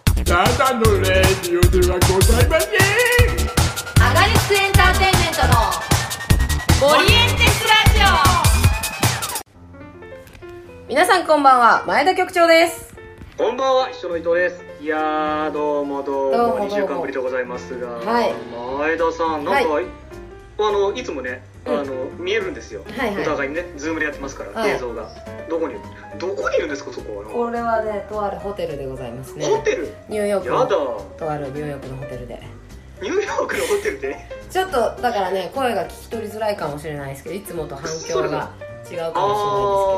カのレディオではございませんアガリスクエンターテインメントのオリエンテスラジオ皆さんこんばんは前田局長ですこんばんは、秘書の伊藤です。いやー、どうもどうどうもどうも、も2週間ぶりでございますが、はい前田さん、なんか、、はいあのいつもね、あの、見えるんですよ、はいはいお互いにね、ズームでやってますから、はい映像が。どこに、どこにいるんですか、そこは。これはねとあるホテルでございますねホテル、ニューヨークやのだ、とあるニューヨークのホテルでニューヨークのホテルで、 ちょっとだからね声が聞き取りづらいかもしれないですけどいつもと反響が違うかもしれないですけどあ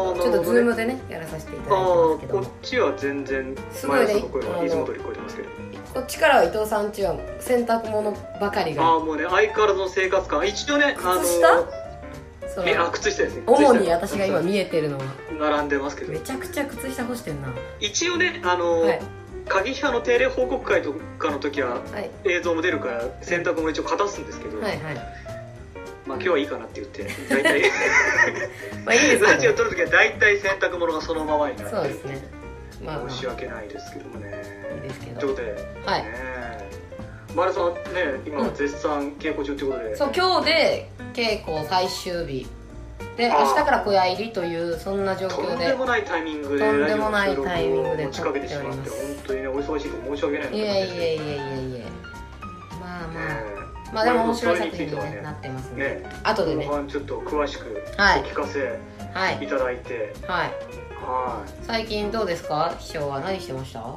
ーちょっとズなーるほムでねやらさせていたあだいてますけーどもこっちは全然、すごいね前田さんの声あはのいつも通り聞こえてますけど、こっちからは伊藤さんちは洗濯物ばかりあがあ、もうね、相変わらずの生活感、一応ね、あの靴下そえあの靴下ですね、主靴に下私が今見えてるのは並んでますけどめ、ちゃくちゃ靴下干してんなは一応ね、あのい鍵派の定例報告会とかの時ははい映像も出るから洗濯も一応片すんですけど、はいはいまあ今日はいいかなって言って大 体まあいいですラジけオど撮る時は大体洗濯物がそのままになってそうですねまあま申しあ訳ないですけどもねいいですけというどことでねはい丸さんね今うん絶賛稽古中ということで、そう今日で稽古最終日であー明日から小屋入りというそんな状と況んででもないタイミングでとんラでジオものない収録タイミングをで持ちかけてしまって撮っております本当にねお忙しいとこ申し訳ないないと思やうんですいやけどいやいやいやいやまあまあ、ねまあでも面白い作品に、まあそね、れについてはねなってますねね後で後ね半ちょっと詳しくおはい聞かせはいいただいて、はいはい最近どうですか秘書は何してました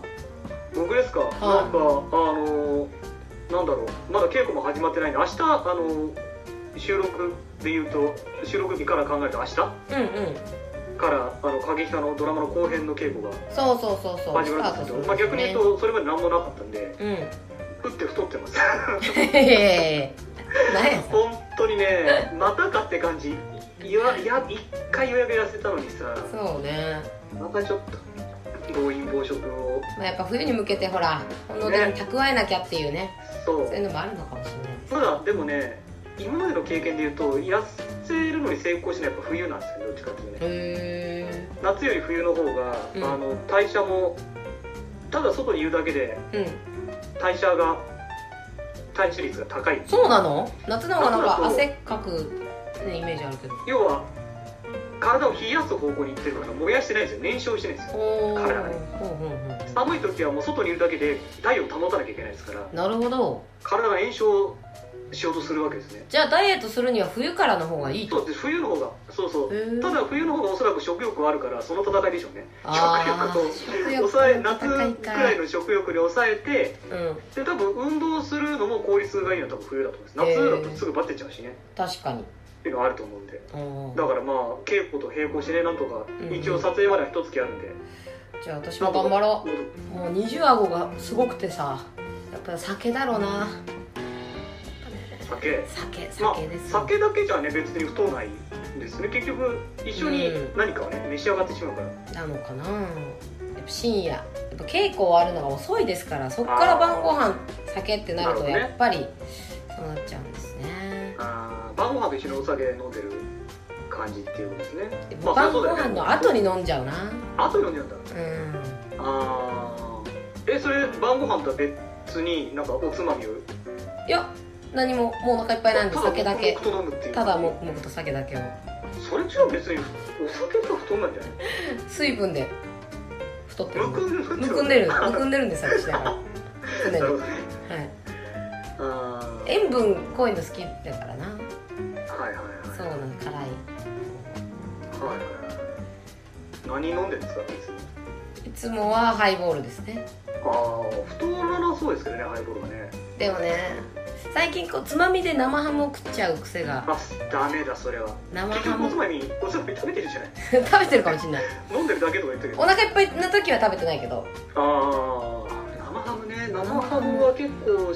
僕ですか、なんかあのーなんだろうまだ稽古も始まってないんで明日あのー収録で言うと収録日から考えると明日かうんうんらあの過激化のドラマの後編の稽古がそうそうそうそう始まるんですけど、まあ、スタート逆に言うとそれまで何もなかったんでするんですね打って太ってます うんへへへ何やそれ本当にねまたかって感じいやいや一回予約やらせたのにさそうね、またちょっと暴飲暴食をまあ、やっぱ冬に向けてほらこのでも蓄えなきゃっていうねそうそういうのもあるのかもしれないですただでもね今までの経験で言うと痩せるのに成功しないのはやっぱ冬なんですよねどっちかっていうとねへ夏より冬の方が、うんあの代謝もただ外にいるだけでえうん代謝が代謝率が高いそうなの夏の方がなん夏だかと汗かく、ね、イメージあるけど要は体を冷やす方向にいってるから燃やしてないんですよ燃焼してないんですよおお体がねほうほうほう寒い時はもう外にいるだけで体温を保たなきゃいけないですからなるほど体が炎症しようとするわけですねじゃあダイエットするには冬からの方がいいとそうです冬の方がそうそうへーただ冬の方がおそらく食欲はあるからその戦いでしょうねあー食欲と食欲抑えの夏く戦いからいの食欲で抑えてうんで多分運動するのも効率がいいのは多分冬だと思いますへ夏ーだとすぐバテちゃうしね確かにっていうのはあると思うんでうんだからまあ稽古と並行してねなんとかうん一応撮影までは一月あるんでじゃあ私も頑張ろなんとうもう二重顎がすごくてさやっぱ酒だろうなか酒酒まあ酒ですよ、酒だけじゃね別に太らないんですね結局一緒にうん何かをね召し上がってしまうからなのかなやっぱ深夜やっぱ稽古終わるのが遅いですからそっから晩ご飯酒ってなるとなるほどねやっぱりそうなっちゃうんですねあー晩ご飯と一緒にお酒飲んでる感じっていうことですねでまあ晩そうごだよね飯の後に飲んじゃうな後飲んじゃうんだうんあーえそれ晩ご飯とは別になんかおつまみをいや何ももうお腹いっぱいなんでただ酒だけ黙々と飲むっていうただ黙々と酒だけをそれじゃあ別にお酒が太んないんじゃない水分で太ってるむくんでるむくんでるむくんでるんです私だ からむくんでなるほるどねはいあー塩分濃いの好きだからなはいはいはいそうなの辛いはいはいはい何飲んでるんですか別にいつもはハイボールですねああ太らなそうですけどねハイボールはねでもね最近こうつまみで生ハムを食っちゃう癖があダメだそれは生結ハ局おつム まみおつまみ食べてるじゃない食べてるかもしんない飲んでるだけとか言ってるけおどあ腹いっぱいな時は食べてないけどあー生ハムね生ハムは結構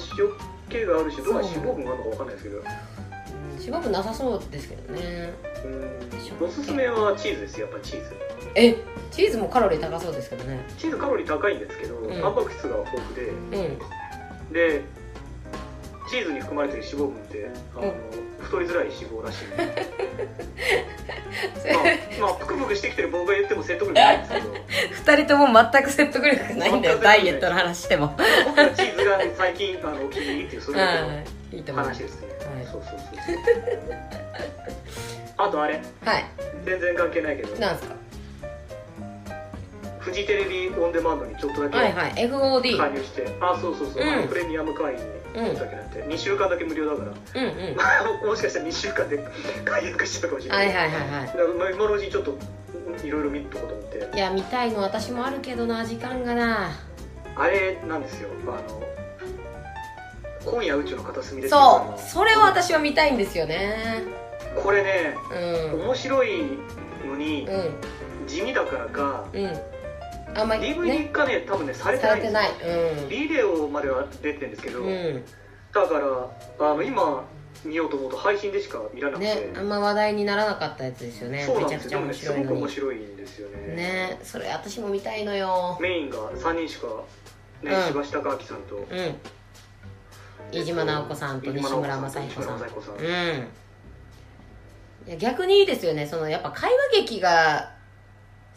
塩気があるしどうやら脂肪分があるのか分かんないですけどうんすごくなさそうですけどねうんおすすめはチーズですよやっぱチーズえチーズもカロリー高そうですけどねチーズカロリー高いんですけど、んタンパク質が豊富でうん でチーズに含まれている脂肪分ってあの、うん太りづらい脂肪ら しいんでまあ、まあ、ぷくぷくしてきてる僕が言っても説得力ないんで すけど二人とも全く説得力ないんだよ全く説得力ダイエットの話しても僕はチーズが最近あのお気に入りっていうそういううんいいと思いま話すですね、はいそうそうそうそうあとあれはい全然関係ないけどなんですかフジテレビオンデマンドにちょっとだけはいはい FOD 加入して、あそうそうそう、うんあのプレミアム会員にちょっとだけなって、2週間だけ無料だからうんうんはもしかしたら2週間で解約してたかもしいれはないい。はいはだからまあ今のうちにちょっといろいろ見とこうと思っていいや見たいの私もあるけどな時間がなあれなんですよあの今夜宇宙の片隅ですそうそれは私は見たいんですよねこれねうん面白いのにうん地味だからかうんあんまりね DVD 化ね多分ねされてさないれんでてすよないビデオまでは出てるんですけど、うんうんだからあの今見ようと思うと配信でしか見らなくて、ねあんま話題にならなかったやつですよねそうめなんちゃでくすちゃ面白いよでもねすごくの面に白いんですよねねそれ私も見たいのよメインが3人しかね、うん柴下明さんとうん飯島直子さんと飯西島村直子雅さん彦さん西村雅彦さんうんいや逆にいいですよねそのやっぱ会話劇が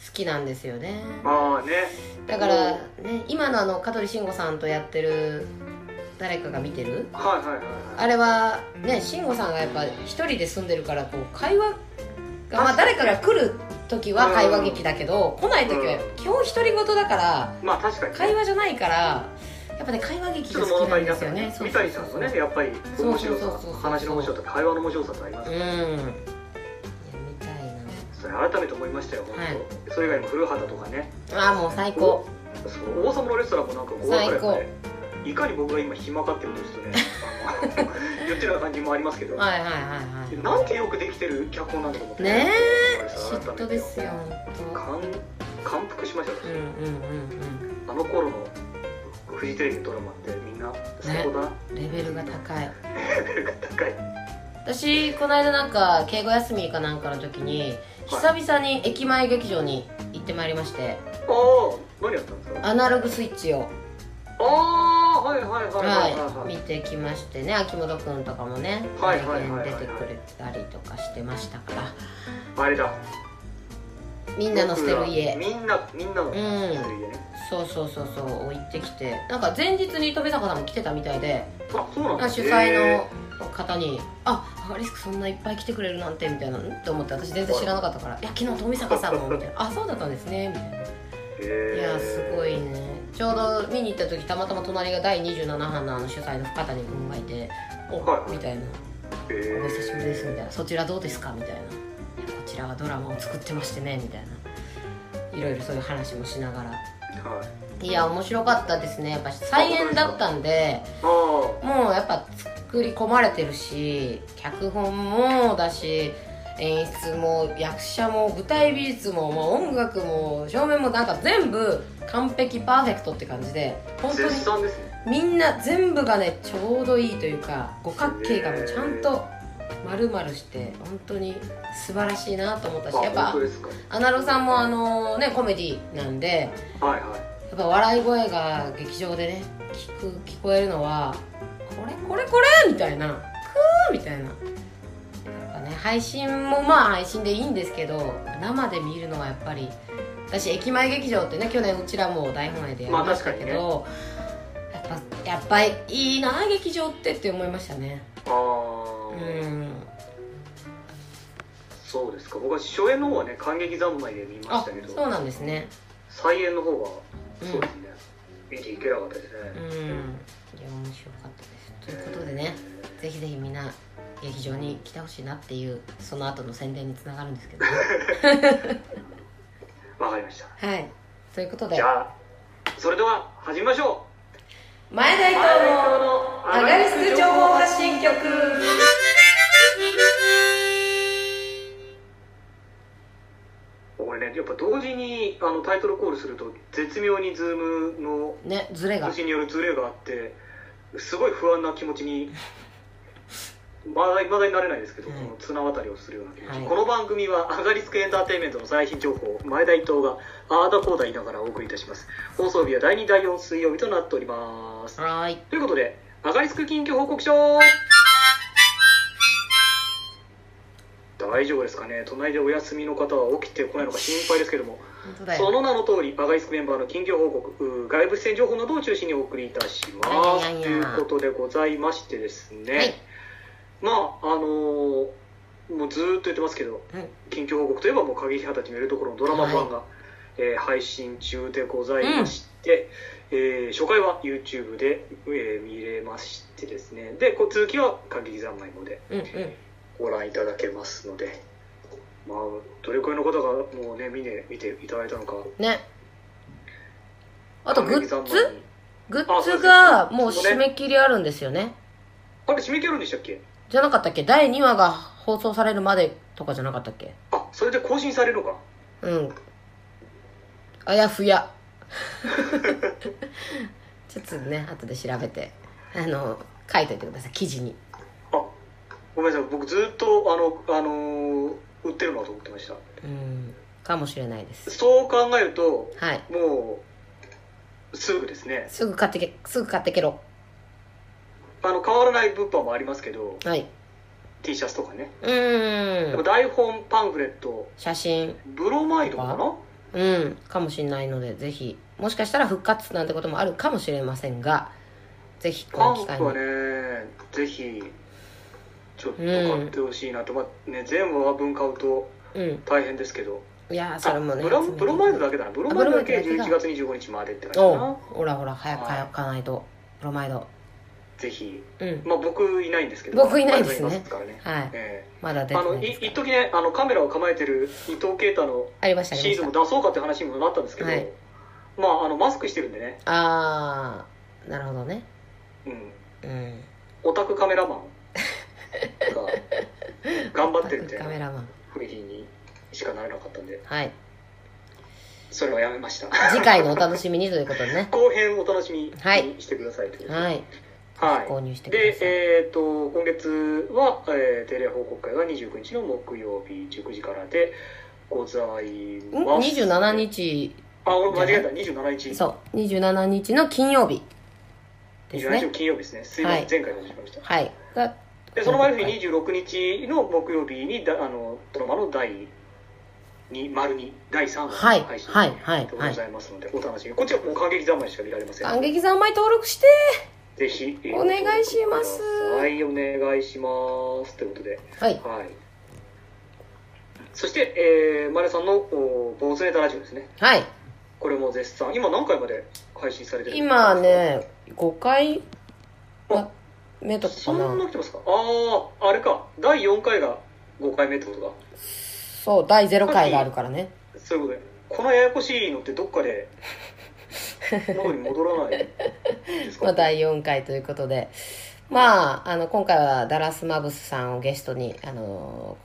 好きなんですよねああねだから、ね、今のあの香取慎吾さんとやってる誰かが見てるはいはいはいはいあれはね慎吾さんがやっぱ一人で住んでるからこう会話が、まあ、確か誰かが来る時は会話劇だけど来ない時はう基本独り言だからまあ確かにね会話じゃないからやっぱね会話劇ちがょっと好物きな足んりでなすさよねそうがね三そう谷そさうんそのうねやっぱり面そ白うそうそうそうさ話の面白さと会話の面白さってありますうんいねや見たいそれ改めて思いましたよ本はい当それ以外も古畑とかねなあーもう最高そう王様のレストランもなんか豪華だよねいかに僕が今暇かってことですと ねあの言ってるような感じもありますけどはいはいはいはなんてよくできてる脚本なんだと思っていねえ嫉改めて妬ですよ本感感服しました当う私んうんあの頃のフジテレビのドラマってみんな最高だなうんうんレベルが高いレベルが高い私この間なんか敬語休みかなんかの時に久々に駅前劇場に行ってまいりましてああ何やったんですかアナログスイッチをああはいはいはいはいは、はいい見てきましてね秋元君とかもね、はいはいはいはい出てくれたりとかしてましたからあれだみんなの捨てる家みんなみんなのう捨てるん家ねそうそうそうそうを行ってきてなんか前日に飛坂さんも来てたみたいであそうなんまあだ主催の方に「あハリスクそんないっぱい来てくれるなんて」みたいなのって思って私全然知らなかったから「いや昨日富坂さんも」みたいな「あそうだったんですね」みたいなへいえやすごいねちょうど見に行った時たまたま隣が第27班のあの主催の深谷君がいて「お、はいみたいなへ「おえ久しぶりです」みたいな「そちらどうですか?」みたいな「いやこちらはドラマを作ってましてね」みたいないろいろそういう話もしながらはいいや面白かったですねやっぱ再演だったんであもうやっぱ作り込まれてるし脚本もだし演出も役者も舞台美術ももう音楽も照明もなんか全部完璧パーフェクトって感じであ本当に絶賛ですねみんな全部がねちょうどいいというか五角形がもうちゃんと丸々して本当に素晴らしいなと思ったしやっあぱ本当ですかアナロさんもあのねコメディなんではいはいやっぱ笑い声が劇場でね聞く聞こえるのはこれこれこれみたいなクーみたいなやっぱね配信もまあ配信でいいんですけど生で見るのはやっぱり私駅前劇場ってね去年うちらも大本営でやりましたけど、やっぱやっぱいいな劇場ってって思いましたねああ、うんそうですか僕は初演の方はね感激三昧で見まあしたけどそうなんですね再演の方はうんそうですね、見ていけなかったですね、うんいや面白かったですということでねぜひぜひみんな劇場に来てほしいなっていうその後の宣伝につながるんですけどねわかりまし たはいということでじゃあそれでは始めましょ前田伊う藤の「アガリスク情報発信局」俺ねやっぱ同時にあのタイトルコールすると絶妙にズームのねズレが私によるズレがあってすごい不安な気持ちにまだまだになれないですけど、はいこの綱渡りをするような気持ち、はいこの番組はアガリスクエンターテインメントの最新情報を前田伊藤があーだこーだ言いながらお送りいたします放送日は第2第4水曜日となっておりますはーいということでアガリスク近況報告書大丈夫ですかね隣でお休みの方は起きてこないのか心配ですけども本当だそよの名の通りバカイスクメンバーの近況報告うー外部出演情報などを中心にお送りいたしますはいはいはいということでございましてですね、はいまああのーもうずーっと言ってますけど、はい近況報告といえばもう鍵原たちのいるところのドラマ版が、えー配信中でございまして、えー初回は YouTube で、えー見れましてですねでこう続きは鍵三昧もでうんうんご覧いただけますのでまあどれくらいの方がもうね見,、ね、見ていただいたのかねあとグッ三ズ昧にグッズがもう締め切りあるんですよねあれ締め切るんでしたっけじゃなかったっけ第2話が放送されるまでとかじゃなかったっけあそれで更新されるのかうんあやふ やちょっとね後で調べてあの書いといてください記事にあごめんなさい僕ずっとあのあのー売ってるのかと思ってましたうんかもしれないですそう考えるとはいもうすぐですねすぐ買ってけすぐ買ってけろあの変わらない物販もありますけどはい T シャツとかね、うーでもん台本パンフレット写真ブロマイドかなうんかもしれないのでぜひもしかしたら復活なんてこともあるかもしれませんがぜひこパのン機会クはに、ねぜひちょっと買ってほしいなと、まあね、全部は分買うと大変ですけどうんいやーそれもねあブロ集めてブロマイドだけだなブロマイドだけあブロマイ11ドだ月25日までって感じかおうなほらほら早くはい買かないとブロマイドぜひうんまあ僕いないんですけど僕いないですねまだますからね、はいえまだえ出てなあのいいです一時ねあのカメラを構えてる伊藤啓太のありましたあシりーズまンしもた出そうかって話にもなったんですけど、はいまああのマスクしてるんでね、ああなるほどねうん、うんオタクカメラマン が頑張ってるみたカメいなラマン雰囲気にしかなれなかったんではいそれはやめました次回のお楽しみにということでね 後編をお楽しみにはいしてくださいということではいはい購入してくだでさい、えー、と今月は、えー定例報告会が29日の木曜日19時からでございうんます27日あ俺間違えた27日そう27日の金曜日です27日のね金曜日ですねすいません、はい前回お話ししましたはいがでその前の日26日の木曜日にだあのドラマの第2丸2第3話はい配信はいはいでごはざいいますので、お楽しみこっちはもう感激三昧しか見られません感激三昧登録してぜひ、えーお願いしますはいお願いしますということではいはい。そして、えー、マネさんの、おボーズネタラジオですね。はいこれも絶賛。今何回まで配信されてるんですか今。ね5回ま目とかそかんなな来てますかああ、あれか。第4回が5回目ってことか。そう第0回があるからねそういうことで。このややこしいのってどっかで、 元に戻らないです かまあ、第4回ということで、まあ、あの今回はダラス・マブスさんをゲストに、あの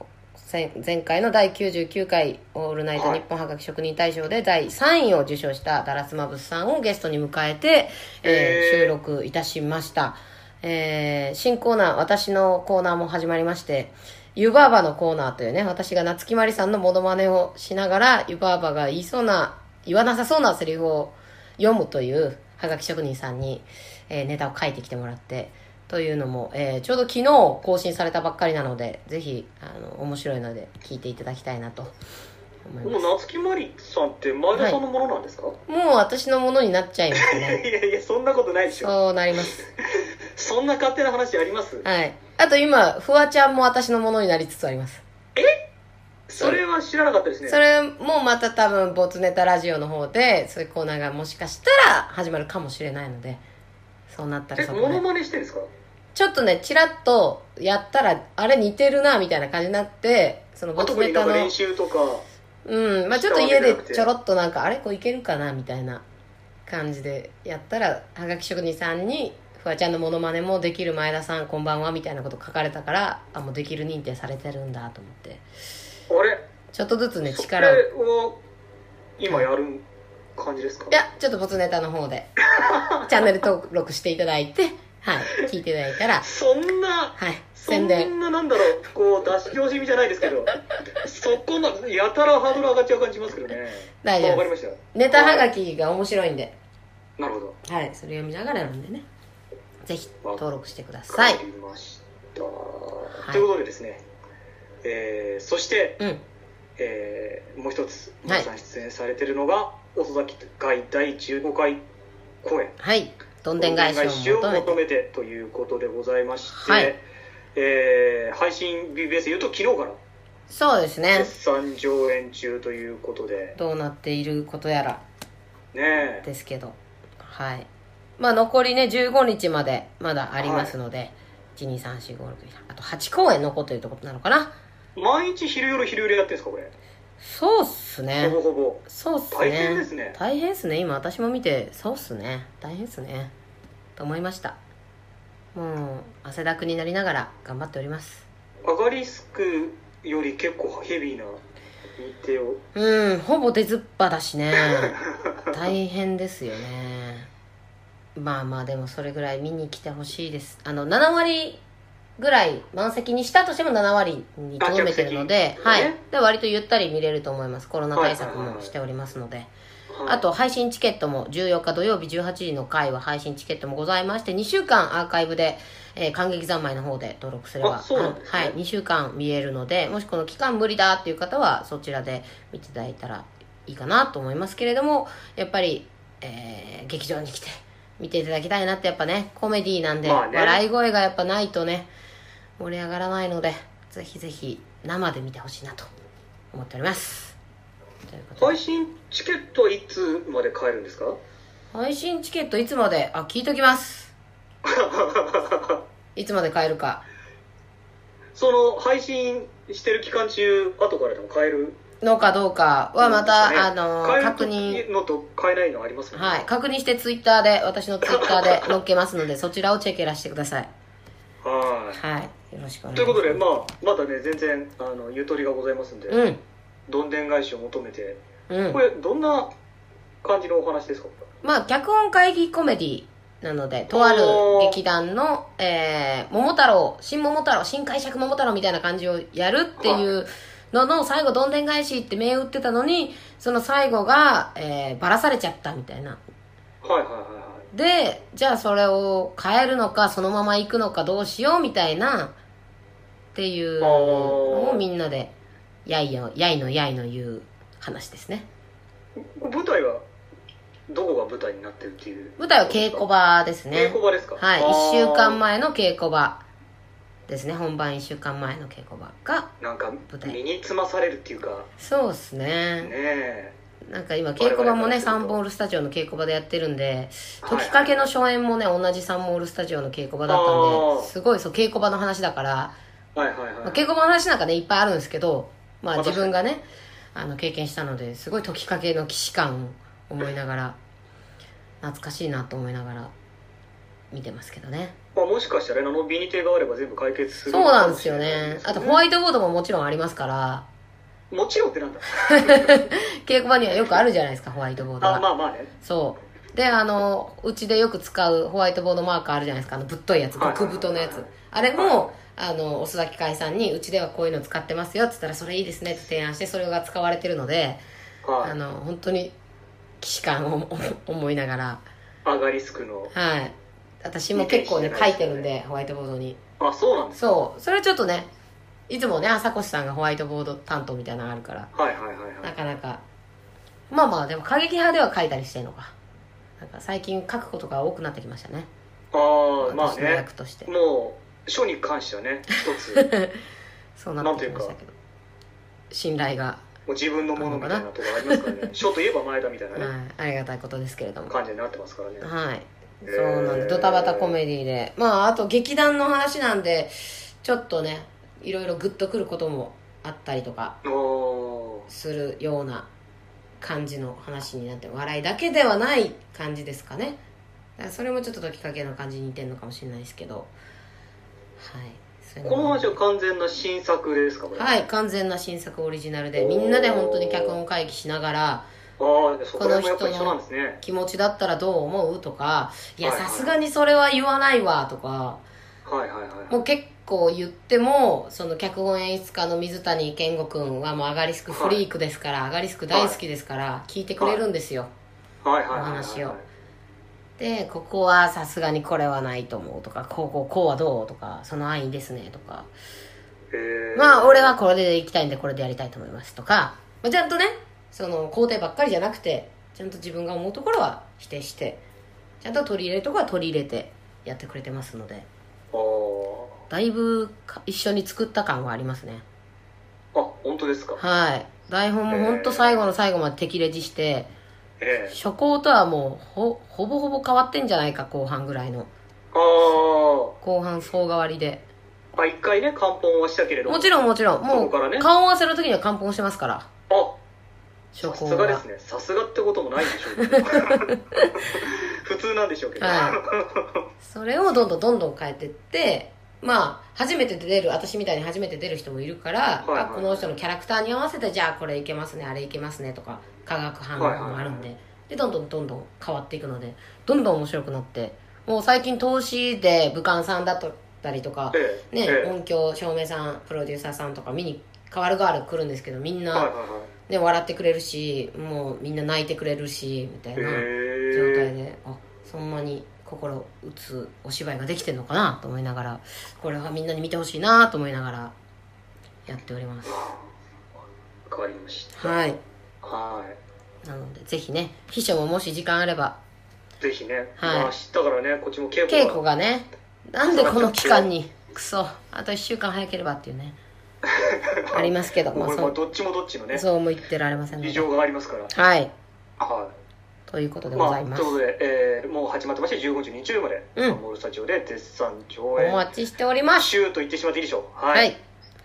前前回の第99回「オールナイトはい日本はがき職人大賞」で第3位を受賞したダラス・マブスさんをゲストに迎えて、えーへー収録いたしました、えー新コーナー私のコーナーも始まりまして湯婆婆のコーナーというね私が夏木マリさんのモノマネをしながら湯婆婆が言いそうな言わなさそうなセリフを読むというはがき職人さんに、えーネタを書いてきてもらってというのも、えーちょうど昨日更新されたばっかりなのでぜひあの面白いので聞いていただきたいなと思いこまの夏木マリさんって前田さんのものなんですか、すもう私のものになっちゃいますねい、やいや、そんなことないでしょ。そうなりますそんな勝手な話ありますはいあと今フワちゃんも私のものになりつつありますそれは知らなかったですね。それもまた多分ボツネタラジオの方でそういうコーナーがもしかしたら始まるかもしれないのでそうなったらえ、そモこノでマネしてるんですかちょっとねチラッとやったらあれ似てるなみたいな感じになってそのボツ特ネになタんかの練習とか。うんまあちょっと家でちょろっとなんかあれこれいけるかなみたいな感じでやったらはがき職人さんにフワちゃんのモノマネもできる前田さんこんばんはみたいなこと書かれたからあもうできる認定されてるんだと思ってあれちょっとずつねこ力をれを今やる感じですかいや、ちょっとボツネタの方 で、チャンネル登録していただいて、はい、聞いていただいたら、そんなはい、そ宣ん伝。ななんだろうこう出し惜しみじゃないです けどそこのやたらハードル上がっちゃう感じしますけどね大丈わ夫かでりす。ましたネタはがきが面白いんで、なるほどはい、それ読みながらなんでね、ぜひ登録してくだわさいか。りました、いということでですねえーそして、うんえーもう一つ皆さん出演されてるのが「遅咲き会第15回公演」はいどんで電ん返しを求め求てめてということでございまして、はいえー配信 BBS でいうと昨日からそうですね絶賛上演中ということでどうなっていることやらねえですけどはいまあ残りね15日までまだありますので、1234567あと8公演残っているところなのかな毎日昼夜昼夜やってるんですかこれそうっすねほぼほぼそうっすね大変ですね大変っすね今私も見てそうっすね大変っすねと思いましたもう汗だくになりながら頑張っておりますアガリスクより結構ヘビーな日程をうんほぼ出ずっぱだしね大変ですよねまあまあでもそれぐらい見に来てほしいですあの7割ぐらい満席にしたとしても7割にとどめてるので、あ客は席い、で割とゆったり見れると思いますコロナ対策はいはいもはいしておりますので、はいあと配信チケットも14日土曜日18時の回は配信チケットもございまして2週間アーカイブで、えー、感激三昧の方で登録すればあそうなんですねはい、2週間見えるのでもしこの期間無理だっていう方はそちらで見ていただいたらいいかなと思いますけれどもやっぱり、えー劇場に来て見ていただきたいなってやっぱねコメディなんで、まあね笑い声がやっぱないとね盛り上がらないのでぜひぜひ生で見てほしいなと思っておりますということで配信チケットはいつまで買えるんですか 配信チケットいつまであ聞いときますいつまで買えるかその配信してる期間中後からでも買えるのかどうかはまた、ねあの買える確認のと買えないのありますもんねはい確認してツイッターで私のツイッター で載っけますのでそちらをチェケラしてくださいはいはいよろしくお願いしますということで、まあ、まだね、全然あのゆとりがございますんで、うんどんでん返しを求めて、うんこれ、どんな感じのお話ですか、まあ脚本会議コメディなのでとある劇団の、えー、桃太郎新桃太郎新解釈桃太郎みたいな感じをやるっていうのの最後どんでん返しって銘打ってたのにその最後が、えー、バラされちゃったみたいなはいはいはでじゃあそれを変えるのかそのまま行くのかどうしようみたいなっていうのをみんなでやいよやいのやいの言う話ですねいはい。舞台は、どこが舞台になってるっていう。舞台は稽古場ですね稽古場ですかはいあー1週間前の稽古場ですね本番1週間前の稽古場がなんか舞、台身につまされるっていうか、そうですねねえ。なんか今稽古場もね我々からするとサンボールスタジオの稽古場でやってるんではい時かけの初演もね同じサンボールスタジオの稽古場だったんあーですごいそう稽古場の話だからはいはいまはあ、い。稽古場の話なんかねいっぱいあるんですけど、まあ、まあ自分がねあの経験したのですごい時かけの既視感を思いながら懐かしいなと思いながら見てますけどねまあ、もしかしたら、あの、ビニテがあれば全部解決すそるうのかなんもでしすれよないねですあよとホワイトボードももちろんありますからもちろんってなんだ。稽古場にはよくあるじゃないですかホワイトボードあ、がまあまあね。そうであのうちでよく使うホワイトボードマーカーあるじゃないですかあのぶっといやつはいはいはい極太のやつあれもあのお須崎海さんにうちではこういうの使ってますよっつったらそれいいですねって提案してそれが使われてるのではあい。の本当に既視感を お思いながらアガリスクの。はい私も結構ね見てき書ていないてるんでホワイトボードにあ、そうなんです。そうそれちょっとねいつもね朝越さんがホワイトボード担当みたいなのあるからはいはいはいは。ないかなかまあまあでも過激派では書いたりしてるのかなんか最近書くことが多くなってきましたねああ、まあ私のね役。として、もう書に関してはね一 つそうなってきましたけど信頼が、もう自分のものみたいなところありますからね書といえば前だみたいな、ねはい、ありがたいことですけれども感じになってますからねはい。えそーうなんで、ドタバタコメディで。まあ、あと劇団の話なんで、ちょっとね、いろいろグッとくることもあったりとかおーするような感じの話になって、笑いだけではない感じですかね。だからそれもちょっと時かけの感じに似てるのかもしれないですけど。はい。そういうこのも話は完全な新作ですかこれはいい、完全な新作オリジナルで、みんなで本当に脚本会議しながら、ああそこら辺もやっこの人ぱの一緒なんですね気持ちだったらどう思うとか、いや、はいはいさすがにそれは言わないわ、とか、はいはいはいもう結構言ってもその脚本演出家の水谷健吾君はもうアガリスクフリークですから、アガリスク大好きですから聞いてくれるんですよ、はいはいはいはいお話をでここはさすがにこれはないと思うとかこうこうこうはどうとかその案いいですねとかええーまあ俺はこれで行きたいんでこれでやりたいと思いますとか、まあ、ちゃんとねその肯定ばっかりじゃなくてちゃんと自分が思うところは否定してちゃんと取り入れるところは取り入れてやってくれてますのであーだいぶか一緒に作った感はありますねあ本当ですかはい台本もほんと最後の最後まで適レジしてええ初稿とはもうほほぼほぼ変わってんじゃないか後半ぐらいのあ後半総代わりでああ一回ね漢方はしたけれどもちろんもちろんもそこからねう顔合わせの時には完封してますからあ初さ稿すがではすねさすがってこともないんでしょうけど 普通なんでしょうけど、はそれをどんどんどんどん変えてってまあ初めて出る私みたいに初めて出る人もいるから、いはいあこの人のキャラクターに合わせてじゃあこれいけますねあれいけますねとか化学反応もあるんで、はいはいはでどんどんどんどん変わっていくのでどんどん面白くなってもう最近投資で武漢さんだったりとか、 ええねええ音響照明さんプロデューサーさんとか見に代わる代わる来るんですけどみんな、はいはいはいね、笑ってくれるしもうみんな泣いてくれるしみたいな。状態ええであそんなに心打つお芝居ができてんのかなと思いながらこれはみんなに見てほしいなと思いながらやっております変わりましたはいはいなのでぜひね秘書ももし時間あればぜひね、はいまあ知ったからねこっちも稽古稽が古がねなんでこの期間にクソあと1週間早ければっていうねありますけどまこあれまそあうどっちもどっちのねそうも言ってられませんの異で常がありますからはいはということいでごまざあいます、ということで、えーもう始まってまして15時日曜日まで、うんモールスタジオで絶賛上お演待ちしております週と言ってしまっていいでしょうは、はいい、よ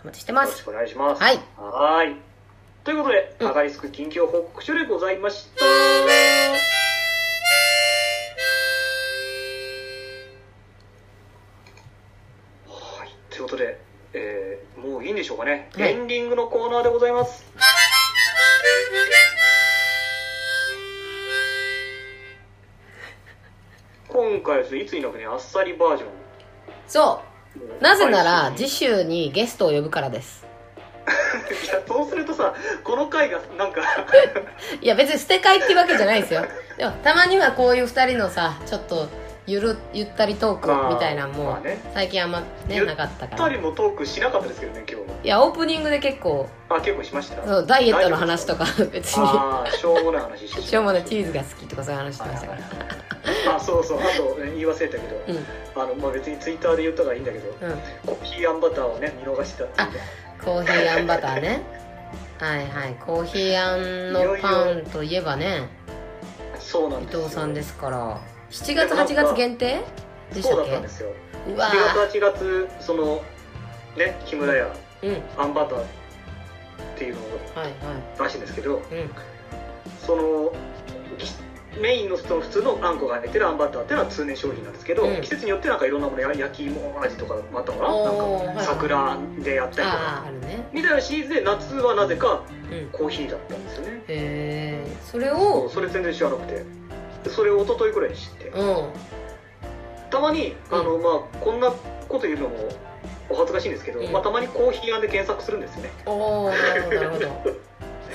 お待ちしてまろしすくお願いしますはいはーいということで、うんアガリスク近況報告書でございましたはいということで、えーもういいんでしょうかね、はいエンディングのコーナーでございます今回はですねいつになくねあっさりバージョそうンなぜなら配信次週にゲストを呼ぶからですいやそうするとさこの回がなんか いや別に捨て替えってわけじゃないですよでもたまにはこういう2人のさちょっとゆるゆったりトークみたいなのまもあね最近あんまねゆっなかったか二ら人もトークしなかったですけどね今日いやオープニングで結構あ結構しましたそうダイエットの話とか別にああしょうもない話してしょうもないチーズが好きとかそういう話してましたかららあそうそうあと、ね、言い忘れたけど、あのまあ、別にツイッターで言ったからいいんだけどうんうんコーヒーアンバターをね見逃してたっていうねコーヒーあんバターねはいはいコーヒーあんのパンといえばねそうなん伊ですよ藤さんですから7月8月限定でしそたうだっったんでけすようわ7月8月そのね木村屋ーうんアンバターっていうのはいらしいんですけどはいうんそのきメインのその普通のあんこが入ってるあんバターっていうのは通年商品なんですけど、うん季節によってなんかいろんなものや焼き芋味とかもあったのかななんかおーはい桜でやったりとあかああるねみたいなシリーズで夏はなぜかうんへコーヒーだったんですよねえそれそうをそれ全然知らなくてそれを一昨日くらいに知ってうんたまにあの、まあ、こんなこと言うのもお恥ずかしいんですけど、うんまあ、たまにコーヒー屋で検索するんですよねおおなるほどなるほど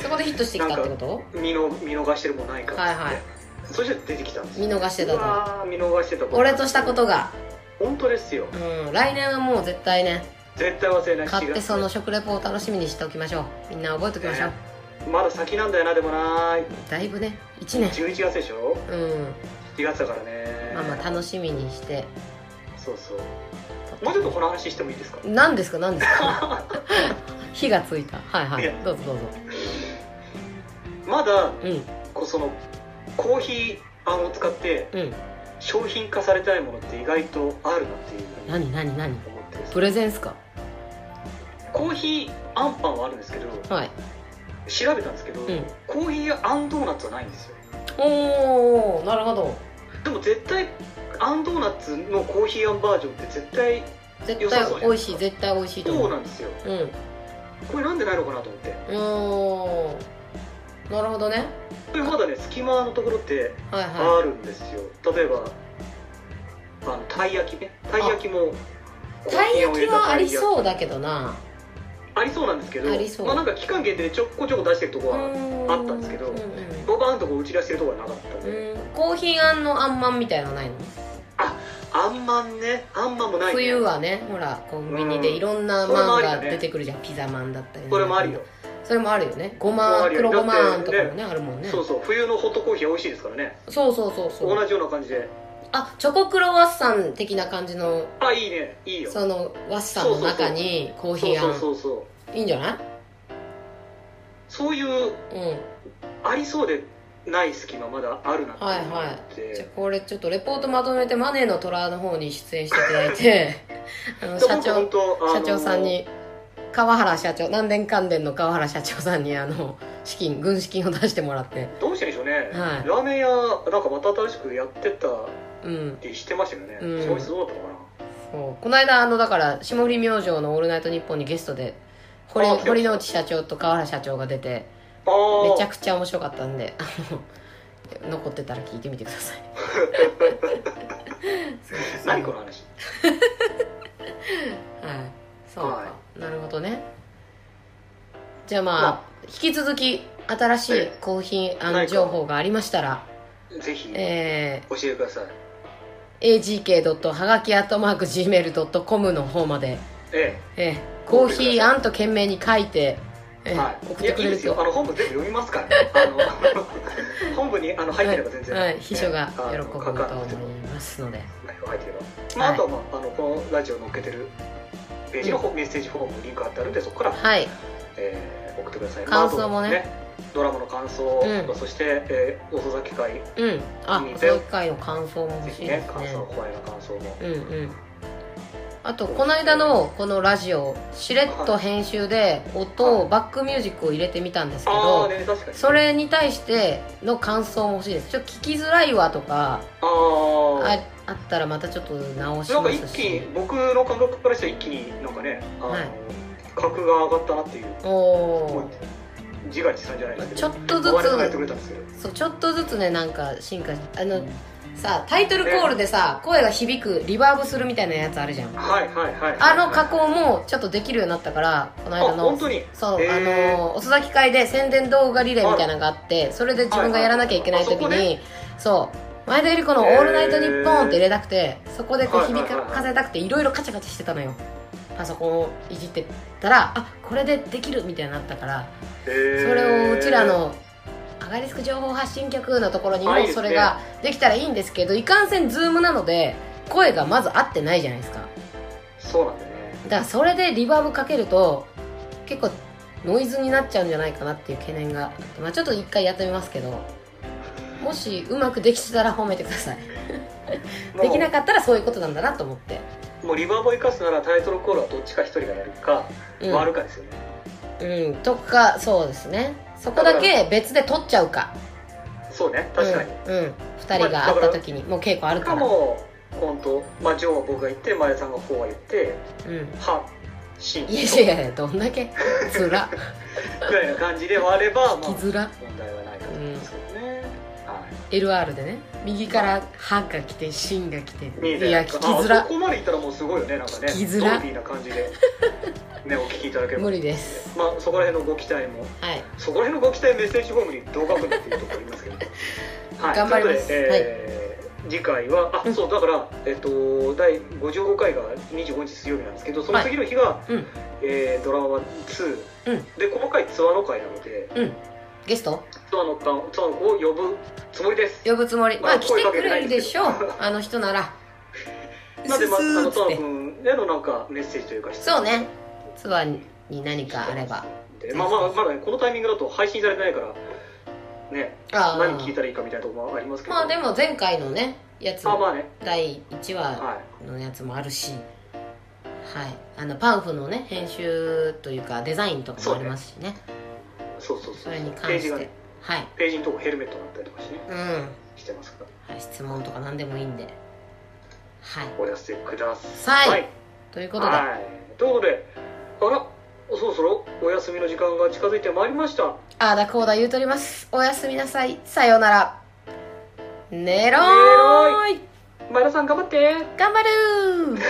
そこでヒットしてきたってこと見の見逃してるもんないかって、はいはいそして出てきたんです見よ逃してうたわー見逃してたと俺としたことが本当ですようん来年はもう絶対ね絶対忘れない買ってその4食レポを楽しみにしておきましょうみんな覚えておきましょう月まだ先なんだよなでもなだいぶね1年11月でしょうん7月だからねまあまあ楽しみにしてそうそうもうちょっとこの話してもいいですか何ですか何ですか火がついたはいはいどうぞどうぞまだうんこうそのコーヒーあんを使ってうん商品化されたいものって意外とあるなっていうふう何に何何思ってますプレゼンっすかコーヒーあんパンはあるんですけどはい調べたんですけど、うんコーヒーあんドーナツはないんですよおおなるほどでも絶対あんドーナツのコーヒーあんバージョンって絶対絶対美味しい絶対美味しいとそ思ううなんですようんうこれなんでないのかなと思ってーんなるほどねこれまだね隙間のところってはいはあるんですよ、例えばあのたい焼きねたい焼きもいたい焼きはありうそうだけどなありそうなんですけどありそうまあ、なんか期間限定でちょこちょこ出してるとこうはーあったんですけどうんうんボバーンとこう打ち出してるとこはなかったんうで、んコーヒーあんのあんまんみたいなのないのあんまんねあんまんもない、ね、冬はねほらコンビニでいろんなうんそれもマあンりよがね出てくるじゃん、ピザマンだったりこれもあるよ、それもあるよねごこれもまあるよ黒ごまだんってとねかもねあるもんねそそうそう冬のホットコーヒー美味しいですからねうそうそうそ同うじような感じであチョコクロワッサン的な感じのあいいねいいよそのワッサンの中にコーヒーあんそうそうそうそういいんじゃないそういううんありそうでない隙間まだあるなって思はいって、はいじゃあこれちょっとレポートまとめてマネーの虎の方に出演していただい てあので社長本当あの社長さんに川原社長南電関電の川原社長さんにあの資金軍資金を出してもらってどうしてでしょうね、はいラーメン屋なんかまた新しくやってったっうんてしてましたよね、うんそいつどうだったのかそうこの間あのだから霜降り明星の「オールナイトニッポン」にゲストで堀あそう堀之内社長と川原社長が出てなああめちゃくちゃ面白かったんであの残ってたら聞いてみてくださいそうそうそう何この話はい、そうか、はなるほどねじゃあまあ、まあ引き続き新しいええコーヒーあなのいか情報がありましたら、ぜひ教ええてくださいー、agk. はがき .gmail.com の方まで、ええーコーヒーあんと懸命に書いて、ええーはい送ってくれいやいいでるすよあとの本部全部読みますか ら、ね、あの 本部にあの入ってれば全然、はいはい、秘書があの喜ぶと書かなくても思いますので内容入ってれば、まあ、あとは、まあ、あのこのラジオ載っけてるページの方、メッセージフォームリンク貼ってあるんでそこから、はいえー送ってください感想もねまああとドラマの感想、うんそして、えー、遅咲き会ぜうんあいいねその回の感想も欲しひいねです感ね想怖いな感想もうんうんあとこの間のこのラジオしれっと編集で音はをバックミュージックを入れてみたんですけああどね確かにそれに対しての感想も欲しいですちょっと聞きづらいわとかああああったらまたちょっと直しなんまか一す気にし僕の感覚からしたら一気になんかねあの、はい格が上がったなっていうおもおう自画自賛じゃないですけどちょっとず終わりのやってくれつたんですけどそうちょっとずつねなんか進化しあのさタイトルコールでさ声が響くリバーブするみたいなやつあるじゃんはいはいはいはいあの加工もちょっとできるようになったからこのあ間の本当にそう、へーあの遅咲き会で宣伝動画リレーみたいなのがあってそれで自分がやらなきゃいけない時に、はいはいそう前田由里子の「オールナイトニッポン」って入れたくてそこでこう響かせたくていろいろカチャカチャしてたのよパソコンをいじってたらあこれでできるみたいになったからそそれをうちらの「アガリスク情報発信局」のところにもあいいですそねれができたらいいんですけどいかんせんズームなので声がまず合ってないじゃないですかそうなんだよねだからそれでリバーブかけると結構ノイズになっちゃうんじゃないかなっていう懸念があって、まあ、ちょっと一回やってみますけどもしうまくできてたら褒めてくださいもうできなかったらそういうことなんだなと思って、もうリバーブを生かすならタイトルコールはどっちか一人がやるか、うん割るかですよねうん、とかそうですねそこだけ別で取っちゃうかそうね確かに、うん、うん、2人が会った時にもう稽古あるかからも本当まあジョーは僕が言って前田さんがこうは言ってうんはしんいやいやいやどんだけつ らぐらいな感じで割れば、まあ、引きづら問題はないかと思いますけどね、はい LR でね右から歯が来て芯が来て見えていやない聞きかづあらそこまでいったらもうすごいよねなんか聞ねきづらドービーな感じ でねお聞きいただければ無理ですまあそこら辺のご期待もはいそこら辺のご期待メッセージフォームに動画送るっていうところありますけどはい頑張りますということで、えー次回はあそうだからえっと第55回が25日水曜日なんですけどその次の日が、うんえードラマ2、うんでこの回ツアーの回なのでうんゲストツアーのタンツアーを呼ぶつもりです呼ぶつもりままああ来てくれるでしょうあの人ならなんでまああのスツーッつっアーて君へのなんかメッセージというかそうねツアーに何かあればでまあまあまだ、ね、このタイミングだと配信されてないからねあ何聞いーたらいいかみたいなところもありますけどまあでも前回のねやつあまあね第1話はのやつもあるしはいあのパンフのね編集というかデザインとかもありますしねいそうそうそうそれにペー関ジしがてねはいページのとこヘルメットになったりとかしてねうんはしてますからい質問とか何でもいいんではいお寄せくだささいいはいということではいということであらそろそろお休みの時間が近づいてまいりましたあーだこうだ言うとりますおやすみなさいさようなら寝ろーい前田さん頑張って頑張るー